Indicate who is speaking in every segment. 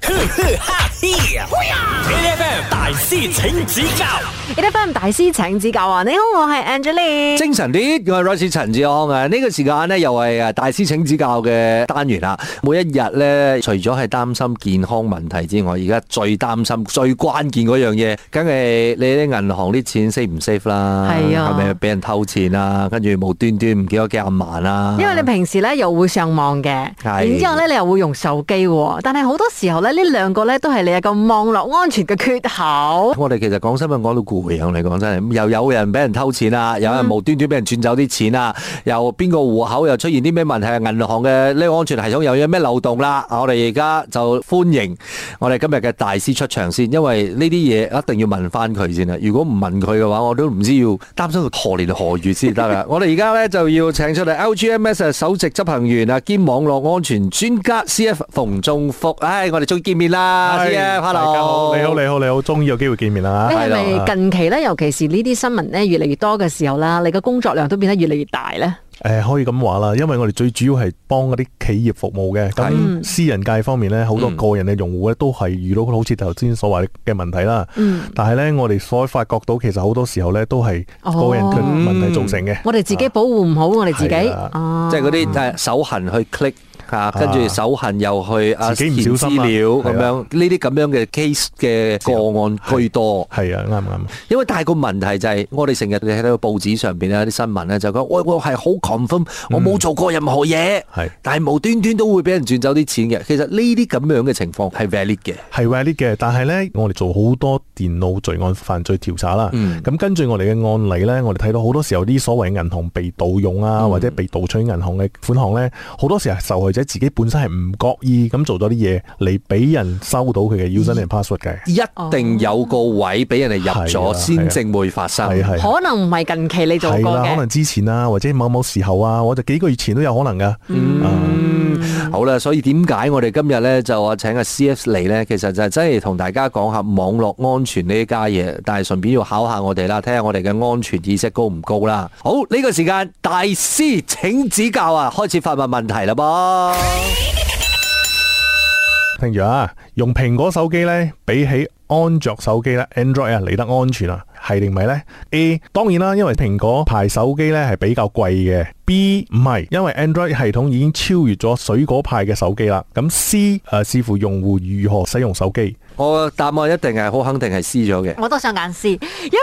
Speaker 1: 哈嘿，A.F.M. 大師請指教
Speaker 2: ，A.F.M. 大師請指教啊！你好，我係 Angeline。
Speaker 3: 精神啲，我係 Royce 陳志康啊！呢個時間呢，又係誒大師請指教嘅單元啦。每一日呢，除咗係擔心健康問題之外，而家最擔心、最關鍵嗰樣嘢，梗係你啲銀行啲錢 safe 唔 safe 啦？
Speaker 2: 係啊
Speaker 3: 係咪俾人偷錢啊？跟住無端端唔見咗幾廿萬啊？
Speaker 2: 因為你平時咧又會上網嘅，
Speaker 3: 係
Speaker 2: 然之後咧你又會用手機喎，但係好多時候咧呢兩個咧都係你一個網絡安全嘅缺口。
Speaker 3: 我哋其實講新聞講到攰啊！你講真係，又有人俾人偷錢啊，有人無端端俾人轉走啲錢啊，又邊個戶口又出現啲咩問題啊？銀行嘅呢個安全系統又有咩漏洞啦？我哋而家就歡迎我哋今日嘅大師出場先，因為呢啲嘢一定要問翻佢先啊啦。如果唔問佢嘅話，我都唔知要擔心佢何年何月先得啦。啊我哋而家咧就要請出嚟 LGMS 啊首席執行員啊兼網絡安全專家 C.F. 馮仲福，唉，我哋終於見面啦
Speaker 4: 係
Speaker 3: ，C.F.，hello，
Speaker 4: 大家好，你好，你好，你好，終於有機會見面啦
Speaker 2: 你。
Speaker 3: 係
Speaker 2: 係
Speaker 3: 啦
Speaker 2: 咪近期咧，尤其是呢啲新聞咧越嚟越多嘅時候啦，你嘅工作量都變得越嚟越大咧？
Speaker 4: 誒，可以咁話啦，因為我哋最主要係幫嗰啲企業服務嘅，
Speaker 3: 係
Speaker 4: 咁私人界方面咧，好多個人嘅用戶咧都係遇到好似頭先所謂嘅問題啦。
Speaker 2: 嗯，
Speaker 4: 但係咧，我哋所發覺到其實好多時候咧都係個人嘅問題造成嘅。
Speaker 2: 我哋自己保護唔好我哋自己，
Speaker 4: 係啦
Speaker 2: 哦
Speaker 3: 即係嗰啲誒手痕去 click 嚇，跟住手痕又去啊
Speaker 4: 啊自己唔
Speaker 3: 填
Speaker 4: 小心
Speaker 3: 資
Speaker 4: 啊
Speaker 3: 料咁
Speaker 4: 係啊
Speaker 3: 樣，呢啲咁樣嘅 case 嘅個案居多。
Speaker 4: 係啊，啱唔啱？
Speaker 3: 因為但係個問題就係、我哋成日你睇到報紙上邊咧啲新聞咧就講，我我係好 confirm，我冇做過任何嘢，
Speaker 4: 嗯係
Speaker 3: 但係無端端都會俾人轉走啲錢嘅。其實呢啲咁樣嘅情況係 valid 嘅。
Speaker 4: 係 valid 嘅，但係呢，我哋做好多電腦罪案犯罪調查啦。
Speaker 3: 嗯
Speaker 4: 咁、跟住我哋嘅案例呢，我哋睇到好多時候啲所謂銀行被盜用啊，
Speaker 2: 嗯
Speaker 4: 或者被盜取銀行嘅款項呢，好多時候受害者自己本身係唔覺意咁做咗啲嘢嚟俾人收到佢
Speaker 2: 嗯
Speaker 4: 嘅 user name password 嘅。
Speaker 3: 一定有個位俾人哋入
Speaker 4: 哦係啊
Speaker 3: 咗，先正會發生。
Speaker 4: 係係
Speaker 2: 可能唔係近期你做過
Speaker 4: 係啦，可
Speaker 2: 嘅
Speaker 4: 能。之前啊，或者某某時候啊，或者幾個月前都有可能噶。
Speaker 3: 嗯，好啦，所以點解我哋今日咧就話請阿 C.F 嚟咧？其實就係真係同大家講下網絡安全呢一家嘢，但係順便要考下我哋啦，睇下我哋嘅安全意識高唔高啦。好，呢、個時間大師請指教啊，開始發問問題啦噃。
Speaker 4: 聽住啊，用蘋果手機呢，比起安卓手機咧，Android 啊嚟得安全啊，係定唔係呢 a 當然啦，因為蘋果牌手機呢係比較貴嘅。B 唔係，因為 Android 系統已經超越咗水果派嘅手機啦。咁 C 誒、呃、視乎用戶如何使用手機。
Speaker 3: 我答案一定係好肯定係 C 咗嘅。
Speaker 2: 我都想揀 C，因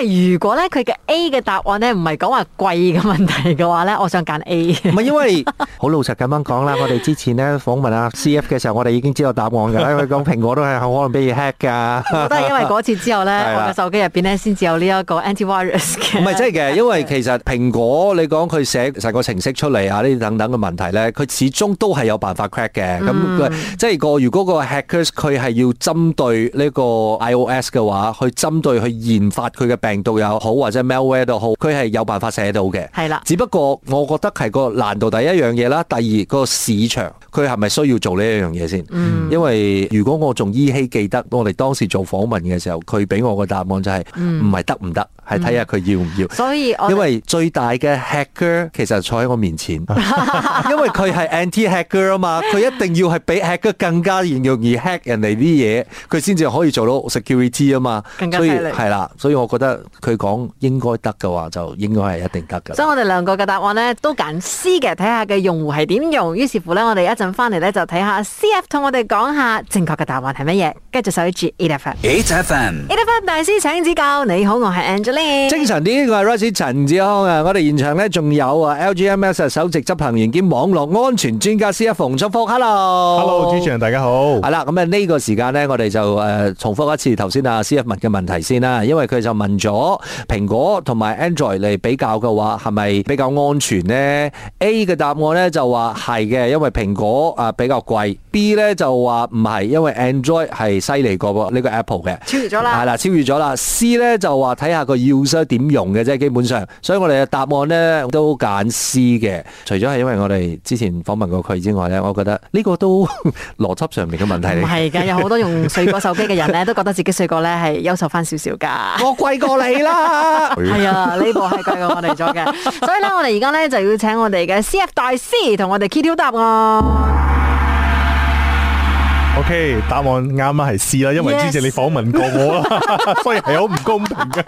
Speaker 2: 為如果咧佢嘅 A 嘅答案咧唔係講話貴嘅問題嘅話咧，我想揀 A。
Speaker 3: 唔係因為 好老實咁樣講啦，我哋之前咧訪問阿 C.F 嘅時候，我哋已經知道答案㗎啦，因為講蘋果都係好可能俾人 hack 㗎。
Speaker 2: 我都係因為嗰次之後咧，
Speaker 3: 係
Speaker 2: 我
Speaker 3: 啦
Speaker 2: 嘅手機入邊咧先至有呢一個 antivirus 嘅。
Speaker 3: 唔係真係嘅，因為其實蘋果你講佢寫成個程式出嚟啊，呢啲等等嘅問題咧，佢始終都係有辦法 crack 嘅。咁佢即係個如果個 hackers 佢係要針對呢個 iOS 嘅話，去針對去研發佢嘅病毒又好，或者 malware 都好，佢係有辦法寫到嘅。
Speaker 2: 係啦
Speaker 3: 只不過我覺得係個難度第一樣嘢啦，第二個市場佢係咪需要做呢一樣嘢先？
Speaker 2: 嗯
Speaker 3: 因為如果我仲依稀記得我哋當時做訪問嘅時候，佢俾我個答案就係唔係得唔得，係睇下佢要唔要。
Speaker 2: 所以嗯我
Speaker 3: 因為最大嘅 hacker 其實坐喺我 面前，因為佢係 anti hacker 啊嘛，佢一定要係比 hacker 更加容易 hack 人哋啲嘢，佢先至可以做到 security 啊嘛。
Speaker 2: 更加
Speaker 3: 所以
Speaker 2: 犀利
Speaker 3: 係啦，所以我覺得佢講應該得嘅話，就應該係一定得㗎
Speaker 2: 所
Speaker 3: 啦。
Speaker 2: 以我哋兩個嘅答案咧都揀 C 嘅，睇下嘅用戶係點用。於是乎咧，我哋一陣翻嚟咧就睇下 CF 同我哋講下正確嘅答案係乜嘢。跟住守住 e l e p h a n t
Speaker 1: ，H.F.M.
Speaker 2: e l e p h a n t 大師請指教。你好，我係 Angeline。
Speaker 3: 精神啲，我係 Rosie 陳志康啊！我哋現場咧仲有啊 LGMS 首席執行員兼網絡安全專家 C F 馮祝福，hello。
Speaker 4: Hello，主持人大家好。
Speaker 3: 係啦，咁啊呢個時間呢，我哋就誒重複一次頭先啊 C F 問嘅問題先啦，因為佢就問咗蘋果同埋 Android 嚟比較嘅話，係咪比較安全呢 a 嘅答案呢就話係嘅，因為蘋果啊比較貴。B 呢就話唔係，因為 Android 係犀利過呢個 Apple 嘅，
Speaker 2: 超越咗啦
Speaker 3: 係啦，超越咗啦。C 呢就話睇下個 user 點用嘅啫，基本上，所以我哋嘅答案呢都揀 C 嘅。除咗係因為我哋之前訪問過佢之外呢，我覺得呢個都 邏輯上面嘅問題嚟
Speaker 2: 唔係
Speaker 3: 嘅。
Speaker 2: 㗎，有好多用水果手機嘅人咧，都覺得自己水果咧係優秀翻少少㗎。！
Speaker 3: 我貴過你啦
Speaker 2: 係啊，呢部係貴過我哋 咗嘅，所以咧，我哋而家咧就要請我哋嘅 CF 大師同我哋揭曉答案。
Speaker 4: 我 OK，答案啱啦，係 C 啦，因為
Speaker 2: Yes
Speaker 4: 之前你訪問過我啦，所以係好唔公平嘅。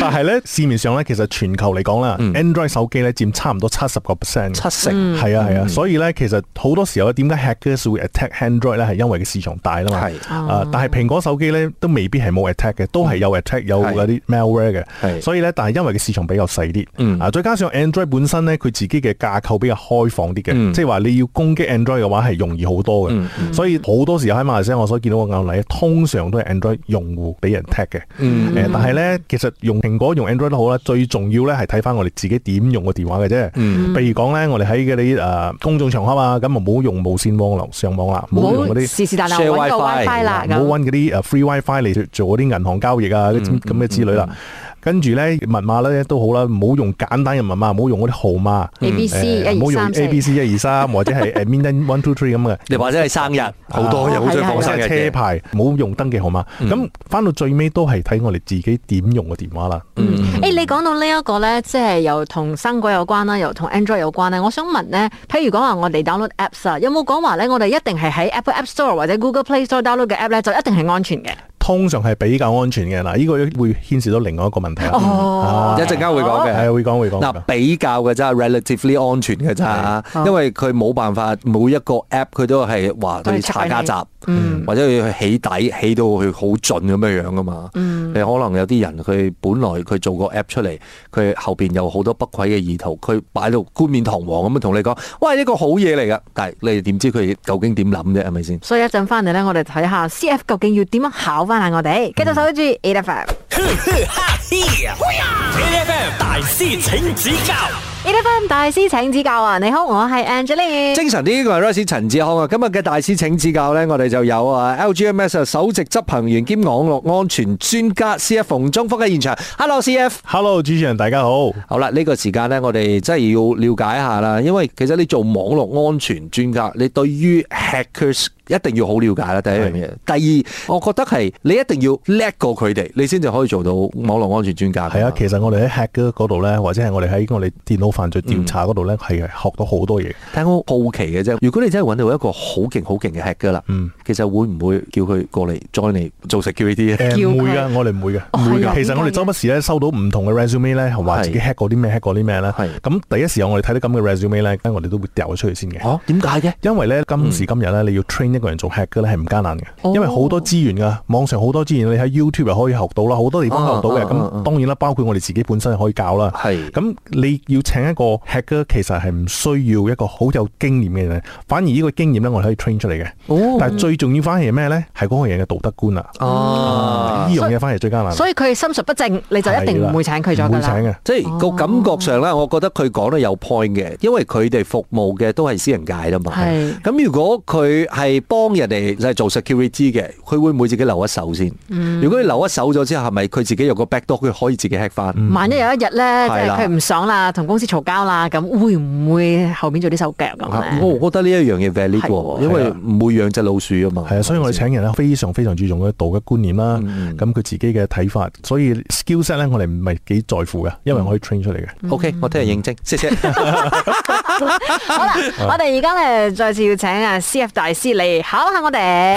Speaker 4: 但係咧，市面上咧，其實全球嚟講啦，Android 手機咧佔差唔多七十個 percent。
Speaker 3: 七成
Speaker 4: 係啊
Speaker 3: 嗯
Speaker 4: 係啊，所以咧其實好多時候咧，點解 hackers 會 attack Android 咧，係因為個市場大啦嘛。
Speaker 3: 係嗯
Speaker 4: 啊但係蘋果手機咧都未必係冇 attack 嘅，都係有 attack 有
Speaker 3: 係
Speaker 4: 嗰啲 malware
Speaker 3: 係嗯
Speaker 4: 嘅。所以咧，但係因為個市場比較細啲，啊再加上 Android 本身咧佢自己嘅架構比較開放啲
Speaker 3: 嗯
Speaker 4: 嘅，即係話你要攻擊 Android 嘅話係容易好多嘅。所以好多時候喺馬來西亞我所見到嘅案例，通常都係 Android 用戶俾人 attack 嘅。
Speaker 3: 嗯
Speaker 4: 誒但係咧，其實用蘋果用 Android 都好啦，最重要咧係睇翻我哋自己點用個電話嘅啫。
Speaker 3: 嗯
Speaker 4: 譬如講咧，我哋喺嗰啲誒公眾場合啊，咁啊唔好用無線網絡上網啦，唔好用嗰
Speaker 2: 冇
Speaker 4: 啲。
Speaker 2: 時時但但
Speaker 3: share
Speaker 2: 揾個
Speaker 3: WiFi
Speaker 2: WiFi 啦，
Speaker 4: 唔好
Speaker 2: 咁
Speaker 4: 揾嗰啲誒呃 free WiFi 嚟做嗰啲銀行交易啊，
Speaker 2: 嗯
Speaker 4: 嗰啲咁嘅之類啦。跟住咧密碼咧都好啦，唔好用簡單嘅密碼，唔好用嗰啲號碼，
Speaker 2: A B C
Speaker 4: 嗯誒
Speaker 2: 一
Speaker 4: 唔好用
Speaker 2: 二三四
Speaker 4: A B C 一二 三或者係 admin one two three 咁嘅。
Speaker 3: 你或者係生日，好
Speaker 2: 哦
Speaker 3: 多人好中意放
Speaker 4: 或者
Speaker 2: 啊
Speaker 3: 生日
Speaker 4: 係
Speaker 3: 嘅
Speaker 4: 車。牌，唔好用登記號碼。
Speaker 2: 嗯
Speaker 4: 咁翻到最尾都係睇我哋自己點用個電話啦。
Speaker 2: 嗯
Speaker 3: 嗯
Speaker 2: 诶，你講到呢一個咧，即係又同生果有關啦，又同 Android 有關咧。我想問咧，譬如講話我哋 download apps 啊，有冇講話咧？我哋一定係喺 Apple App Store 或者 Google Play Store download 嘅 app 咧，就一定係安全嘅。
Speaker 4: 通常係比較安全嘅嗱，呢個會牽涉到另外一個問題啦。
Speaker 2: 哦
Speaker 3: 一陣間會講嘅
Speaker 4: 係啊會講會講。
Speaker 3: 嗱，比較嘅咋，relatively 安全嘅咋，
Speaker 2: 嗯
Speaker 3: 因為佢冇辦法每一個 app 佢都係嗯話佢查家宅，或者佢去起底起到佢好盡咁樣樣噶嘛。你可能有啲人佢本來佢做個 app 出嚟，佢後邊有好多不軌嘅意圖，佢擺到冠冕堂皇咁樣同你講，喂呢個好嘢嚟噶，但係你哋點知佢究竟點諗啫？係咪先？
Speaker 2: 所以一陣翻嚟咧，我哋睇下 C F 究竟要點樣考翻下我哋。繼續守住 A F M。
Speaker 1: 哈嘿呀！A F M 大師請指教
Speaker 2: ，A F M 大師請指教啊！你好，我係 Angeline。
Speaker 3: 精神啲嘅係 Rice 陳志康啊！今日嘅大師請指教呢，我哋就有啊 LGMS 首席執行員兼網絡安全專家 CF 馮中福喺現場。Hello CF，
Speaker 4: Hello，主持人大家好。
Speaker 3: 好啦，呢、個時間呢，我哋真係要了解一下啦，因為其實你做網絡安全專家，你對於 hackers 一定要好了解啦，第一樣嘢。第二，我覺得係你一定要叻過佢哋，你先至可以做到網絡安全專家㗎嘛。
Speaker 4: 係啊，其實我哋喺 hack 嗰度咧，或者係我哋喺我哋電腦犯罪調查嗰度咧，係學到好多嘢。
Speaker 3: 但我好奇嘅啫，如果你真係揾到一個好勁好勁嘅 hack 噶啦，
Speaker 4: 嗯
Speaker 3: 其實會唔會叫佢過嚟 join 你做 security 啊咧？
Speaker 4: 誒
Speaker 2: 叫
Speaker 4: 唔會
Speaker 2: 佢
Speaker 4: 㗎，我哋唔會㗎，
Speaker 2: 哦
Speaker 4: 唔會
Speaker 2: 係啊
Speaker 4: 㗎。其實我哋周不時咧收到唔同嘅 resume 咧，話自己 hack 過啲咩，hack 過啲咩咧。
Speaker 3: 係
Speaker 4: 咁第一時候我哋睇到咁嘅 resume 咧，我哋都會掉咗出去先嘅。
Speaker 3: 嚇點解嘅？
Speaker 4: 因為咧今時今日咧，你要 train 一個人做 hack 嘅咧係唔艱難
Speaker 2: 哦
Speaker 4: 嘅，因為好多資源噶，網上好多資源，你喺 YouTube 又可以學到啦，好多地方學到嘅。
Speaker 3: 啊啊啊啊
Speaker 4: 咁當然啦，包括我哋自己本身係可以教啦。
Speaker 3: 係
Speaker 4: 咁你要請一個 hacker，其實係唔需要一個好有經驗嘅人，反而呢個經驗咧，我哋可以 train 出嚟嘅。
Speaker 3: 哦
Speaker 4: 但係最重要反而係咩咧？係嗰個人嘅道德觀啊！
Speaker 3: 啊
Speaker 4: 呢，樣嘢反而最艱難。
Speaker 2: 嗯所以佢心術不正，你就一定唔會請佢咗
Speaker 4: 唔
Speaker 2: 噶
Speaker 4: 會請
Speaker 2: 啦。
Speaker 4: 嘅。
Speaker 3: 即係個感覺上咧，我覺得佢講得有 point 嘅，因為佢哋服務嘅都係私人界啦嘛。
Speaker 2: 係
Speaker 3: 咁如果佢係幫人哋就係做 security 嘅，佢會唔會自己留一手先？
Speaker 2: 嗯
Speaker 3: 如果你留一手咗之後，係咪佢自己有個 backdoor 佢可以自己 hack 翻？
Speaker 2: 萬一有一日咧，即
Speaker 3: 係
Speaker 2: 係
Speaker 3: 啦
Speaker 2: 佢唔爽啦，同公司嘈交啦，咁會唔會後面做啲手腳咁
Speaker 3: 啊
Speaker 2: 咧？
Speaker 3: 我覺得呢一樣嘢 valid
Speaker 2: 係
Speaker 3: 喎，
Speaker 2: 喎
Speaker 3: 因為唔會養只老鼠啊嘛。
Speaker 4: 係啊，所以我哋請人咧非常非常注重佢道德觀念啦，
Speaker 2: 嗯
Speaker 4: 咁佢、自己嘅睇法，所以 skill set 咧我哋唔係幾在乎嘅，因為我可以 train 出嚟嘅。
Speaker 2: 嗯
Speaker 3: OK，我聽日認證，謝謝。
Speaker 2: 好啦，我哋而家咧再次要請啊 C F 大師嚟考下我哋。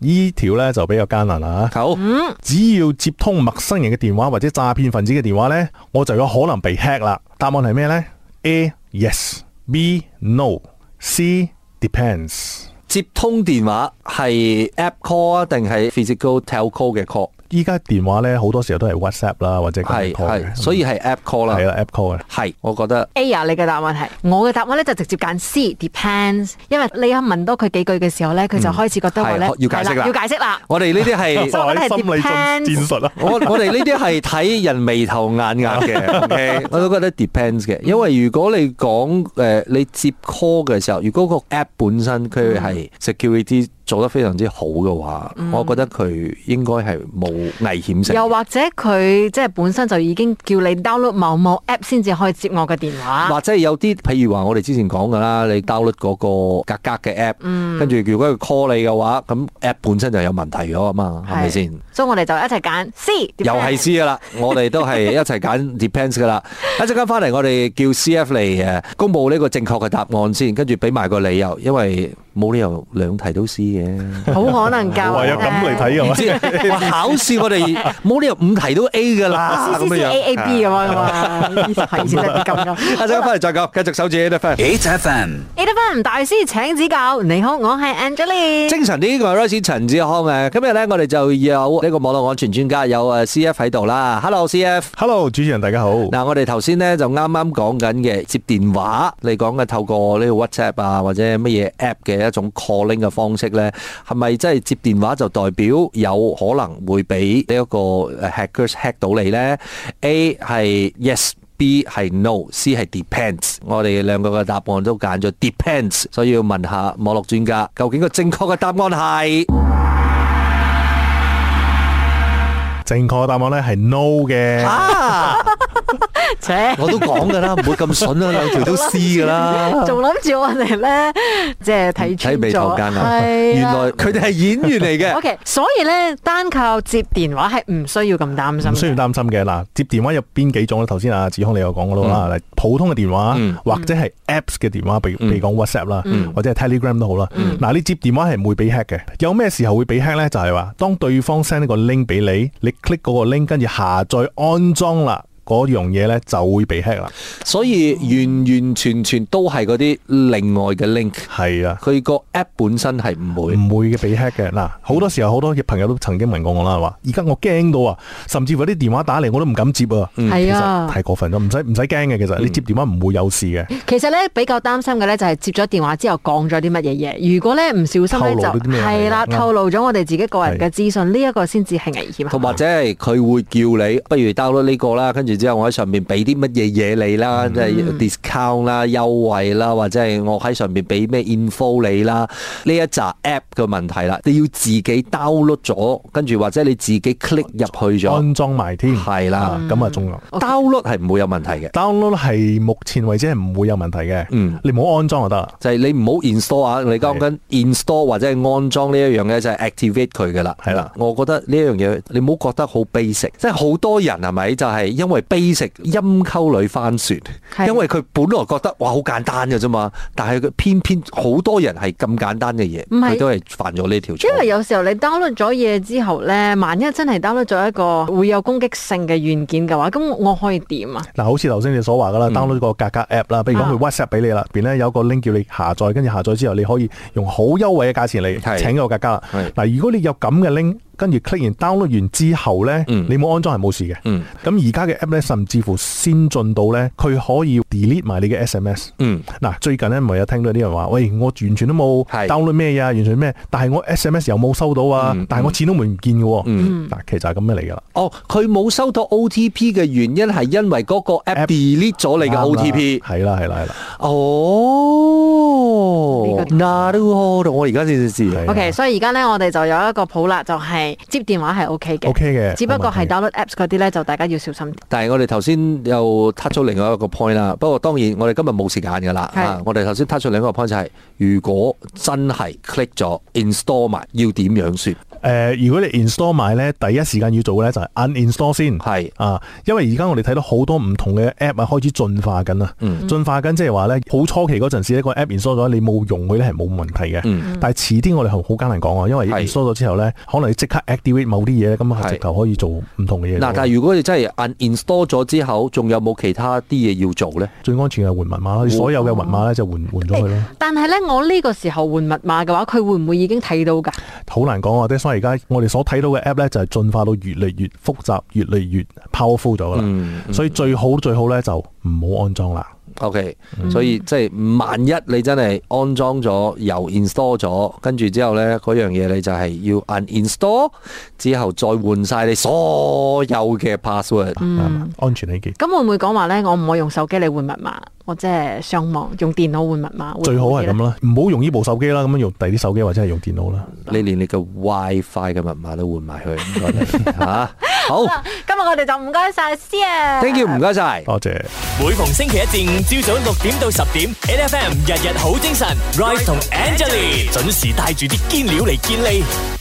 Speaker 4: 呢條咧就比較艱難啦嚇
Speaker 3: 好，
Speaker 4: 只要接通陌生人嘅電話或者詐騙分子嘅電話咧，我就有可能被 hack 啦。答案係咩咧？A yes，B no，C depends。
Speaker 3: 接通電話係 app call 啊，定係 physical telco 嘅 call？
Speaker 4: 依家電話咧好多時候都係 WhatsApp 啦，或者
Speaker 3: 係
Speaker 4: call
Speaker 3: 係，
Speaker 4: 嘅，嗯
Speaker 3: 所以係 app call
Speaker 4: 係
Speaker 3: 啦。
Speaker 4: 啦 app call 嘅。
Speaker 3: 係，我覺得
Speaker 2: A 啊，你嘅答案係，我嘅答案咧就直接揀 C，depends。因為你一問多佢幾句嘅時候咧，佢就開始覺得話咧
Speaker 3: 嗯係要解釋啦
Speaker 2: 係要解釋啦。
Speaker 3: 我哋呢 啲係。
Speaker 2: 所以我覺得係
Speaker 4: 心理戰
Speaker 2: depends
Speaker 4: 術啦。
Speaker 3: 我我哋呢啲係睇人眉頭眼 額嘅，OK，我都覺得 depends 嘅，因為如果你講誒、呃你接 call 嘅時候，如果個 app 本身佢係 security 做得非常之好嘅話，我覺得佢應該係冇危險性。
Speaker 2: 又或者佢即係本身就已經叫你 download 某某 app 先至可以接我嘅電話。
Speaker 3: 或者有啲，譬如話我哋之前講噶啦，你 download 嗰個格格嘅 app，跟住、
Speaker 2: 嗯
Speaker 3: 如果佢 call 你嘅話，咁 app 本身就有問題咗啊嘛，係咪先？
Speaker 2: 所以我哋就一齊揀 C。
Speaker 3: 又係 C 噶啦，我哋都係一齊揀 depends 噶啦。一陣間翻嚟，我哋叫 CF 嚟誒公佈呢個正確嘅答案先，跟住俾埋個理由，因為冇理由兩題都 C 嘅。
Speaker 2: 好可 能教
Speaker 4: 唯有咁嚟睇啊
Speaker 3: 唔
Speaker 4: 嘅嘛。
Speaker 3: 知話考試我哋冇理由五題都 A 噶啦，
Speaker 2: C
Speaker 3: 啊咁
Speaker 2: C C
Speaker 3: 樣
Speaker 2: A A B 咁樣啊 嘛，以前係以前係咁樣。
Speaker 3: 一陣間翻嚟再講，繼續守住 A F M。
Speaker 1: 8FM,
Speaker 2: A F M 大師請指教，你好，我係 Angeline。
Speaker 3: 精神啲，我係 Rice 陳志康啊！今日咧，我哋就有呢個網絡安全專家有啊 C F 喺度啦。Hello C F，
Speaker 4: Hello，主持人大 家好。
Speaker 3: 嗱我哋頭先咧就啱啱講緊嘅接電話，你講嘅透過呢個 WhatsApp 啊或者乜嘢 app 嘅一種 calling 嘅方式咧，係咪真係接電話就代表有可能會俾呢一個誒 hackers hack 到你咧？A 係 yes。B 係 no，C 係 depends。我哋兩個嘅答案都揀咗 depends，所以要問下網絡專家，究竟個正確嘅答案係？
Speaker 4: 正確嘅答案咧係 no 嘅。
Speaker 3: 啊！
Speaker 2: 切
Speaker 3: 我都講 㗎啦，唔會咁筍啦，兩條都撕㗎 啦。
Speaker 2: 仲諗住我哋咧，即係睇穿
Speaker 3: 睇眉頭
Speaker 2: 咗，
Speaker 3: 間啊！
Speaker 2: 係
Speaker 3: 原
Speaker 2: 啦
Speaker 3: 來佢哋係演員 嚟
Speaker 2: O、
Speaker 3: 嘅。
Speaker 2: k 所以咧單靠接電話係唔需要咁擔心
Speaker 4: 唔需要
Speaker 2: 嘅。
Speaker 4: 擔心嘅嗱，接電話有邊幾種咧？頭先阿子康你有講
Speaker 2: 嗯
Speaker 4: 過啦，嗱啊普通嘅電話
Speaker 3: 嗯
Speaker 4: 或者係 Apps 嘅電話，譬
Speaker 2: 嗯
Speaker 4: 如譬如講 WhatsApp 啦，或者係 Telegram 都好啦。嗱，你接電話係唔會俾 hack 嘅。有咩時候會俾 hack 咧？就係話當對方 send 一個 link 俾你，你 click 嗰個 link，跟住下載安裝啦，嗰樣嘢咧就會被 hack 啦。
Speaker 3: 所以完完全全都係嗰啲另外嘅 link，
Speaker 4: 係啊。
Speaker 3: 佢個 app 本身係唔會。
Speaker 4: 唔會嘅被 hack 嘅嗱，好多時候好多嘅朋友都曾經問過我啦，話而家我驚到啊，甚至乎有啲電話打嚟我都唔敢接啊，
Speaker 2: 係
Speaker 4: 其實
Speaker 2: 啊，
Speaker 4: 太過分咗，唔使唔使驚嘅，其實你接電話唔會有事嘅。
Speaker 2: 其實咧比較擔心嘅咧就係接咗電話之後講咗啲乜嘢嘢，如果咧唔小心
Speaker 4: 透
Speaker 2: 咧
Speaker 4: 露咗
Speaker 2: 就
Speaker 4: 啲咩嘢
Speaker 2: 係啊啦，
Speaker 4: 啱
Speaker 2: 透露咗我哋自己個人嘅資訊，呢一個先至係危險。
Speaker 3: 同或者係佢會叫你，不如 download 呢個啦，跟住之後我喺上面俾啲乜嘢嘢你啦，即係 discount 啦、優惠啦，或者係我喺上面俾咩 info 你啦，呢一扎 app 嘅問題啦，你要自己 download 咗，跟住或者你自己 click 入去咗，
Speaker 4: 安裝埋添，
Speaker 3: 係啦
Speaker 4: 啊
Speaker 3: 嗯
Speaker 4: 咁啊仲有
Speaker 3: download 係唔會有問題嘅，
Speaker 4: download 係目前為止係唔會有問題嘅，
Speaker 3: 嗯
Speaker 4: 你唔好安裝就得啦。
Speaker 3: 就係你唔好 install 啊，你講緊 install 或者係安裝呢一樣嘢就係 activate 佢噶啦，
Speaker 4: 係啦
Speaker 3: 我覺得呢一樣嘢你唔好覺得好 basic，即係好多人係咪就係因為 basic 陰溝裏翻船，
Speaker 2: 係
Speaker 3: 因為佢本來覺得哇好簡單嘅啫嘛，但係佢偏偏好多人係咁簡單嘅嘢，
Speaker 2: 唔係
Speaker 3: 佢都係犯咗呢條
Speaker 2: 因為
Speaker 3: 錯。
Speaker 2: 有時候你 download 咗嘢之後咧，萬一真係 download 咗一個會有攻擊性嘅軟件嘅話，咁我可以點啊？
Speaker 4: 嗱，好似頭先你所話
Speaker 3: 嗯
Speaker 4: 噶啦，download 個價格 app 啦，譬如講
Speaker 3: 啊
Speaker 4: 佢 WhatsApp 俾你啦，入邊咧有個 link 叫你下載，跟住下載之後你可以用好優惠嘅價錢嚟
Speaker 3: 係
Speaker 4: 請個價格啦
Speaker 3: 係。
Speaker 4: 嗱，如果你有咁嘅 link，跟住 click 完 download 完之後咧，
Speaker 3: 嗯
Speaker 4: 你冇安裝係冇事嘅。
Speaker 3: 嗯
Speaker 4: 咁而家嘅 app 咧，甚至乎先進到咧，佢可以 delete 埋你嘅 SMS。
Speaker 3: 嗯，
Speaker 4: 嗱，最近咧咪有聽到啲人話，喂，我完全都冇
Speaker 3: 係
Speaker 4: download 咩嘢啊，完全咩，但係我 SMS 又冇收到啊
Speaker 3: 嗯，
Speaker 4: 但係我錢都唔見嘅喎。
Speaker 3: 嗯
Speaker 4: 嗱，其實就係咁樣嚟噶啦。
Speaker 3: 哦，佢冇收到 OTP 嘅原因係因為嗰個
Speaker 4: App
Speaker 3: app delete 咗你
Speaker 4: 啱
Speaker 3: 嘅
Speaker 4: 啦
Speaker 3: OTP。
Speaker 4: 係啦，係啦，係啦。
Speaker 3: 哦
Speaker 2: 呢，個
Speaker 3: 那都好，我而家先至知。
Speaker 4: 係啊
Speaker 2: OK，所以而家咧，我哋就有一個譜啦，就係、接電話係 OK 嘅
Speaker 4: OK 嘅
Speaker 2: 只不過係
Speaker 4: 冇問題
Speaker 2: download apps 嗰啲咧，就大家要小心啲。
Speaker 3: 但係我哋頭先又 touch 咗另外一個 point 啦。不過當然我哋今日冇時間㗎啦。
Speaker 2: 係
Speaker 3: 啊我哋頭先 touch 咗另一個 point 就係、如果真係 click 咗 install 埋，要點樣算？
Speaker 4: 誒、如果你 install 埋咧，第一時間要做嘅咧就係 uninstall 先。
Speaker 3: 係
Speaker 4: 啊，因為而家我哋睇到好多唔同嘅 app 啊，開始進化緊啊。
Speaker 3: 嗯
Speaker 4: 進化緊即係話咧，好初期嗰陣時咧，個 app install 咗，你冇用佢咧係冇問題嘅。
Speaker 3: 嗯
Speaker 4: 但係遲啲我哋好好艱難講啊，因為
Speaker 3: 係
Speaker 4: install 咗之後咧，可能你即刻 activate 某啲嘢咧，咁
Speaker 3: 係
Speaker 4: 啊直頭可以做唔同嘅嘢。
Speaker 3: 嗱，但係如果你真係 uninstall 咗之後，仲有冇其他啲嘢要做呢？
Speaker 4: 最安全係換密碼啦，你所有嘅密碼咧就換換咗佢咯。
Speaker 2: 但係咧，我呢個時候換密碼嘅話，佢會唔會已經睇到㗎？
Speaker 4: 好難講啊！即係所以而家我哋所睇到嘅 app 咧，就係進化到越嚟越複雜、越嚟越 powerful 咗噶啦。
Speaker 3: 嗯
Speaker 4: 所以最好最好咧就唔好安裝啦。
Speaker 3: OK，所以即係萬一你真係安裝咗又 install 咗，跟住之後呢，嗰樣嘢你就係要 uninstall 之後再換晒你所有嘅 password。
Speaker 4: 嗯，安全起見，
Speaker 2: 咁會唔會講話咧？我唔可以用手機嚟換密碼，我即係上網用電腦換密碼。會唔會
Speaker 4: 最好係
Speaker 2: 呢
Speaker 4: 咁啦，唔好用呢部手機啦，咁樣用第啲手機或者係用電腦啦。
Speaker 3: 你連你嘅 WiFi 嘅密碼都換埋去，唔該你嚇。好
Speaker 2: 今日我哋就唔該晒先啊
Speaker 3: ，thank you，唔該晒。
Speaker 4: 多謝。
Speaker 1: 每逢星期一至五朝早六點到十點，N F M 日日好精神，Rise 同 Angelie 準時帶住啲堅料嚟堅利。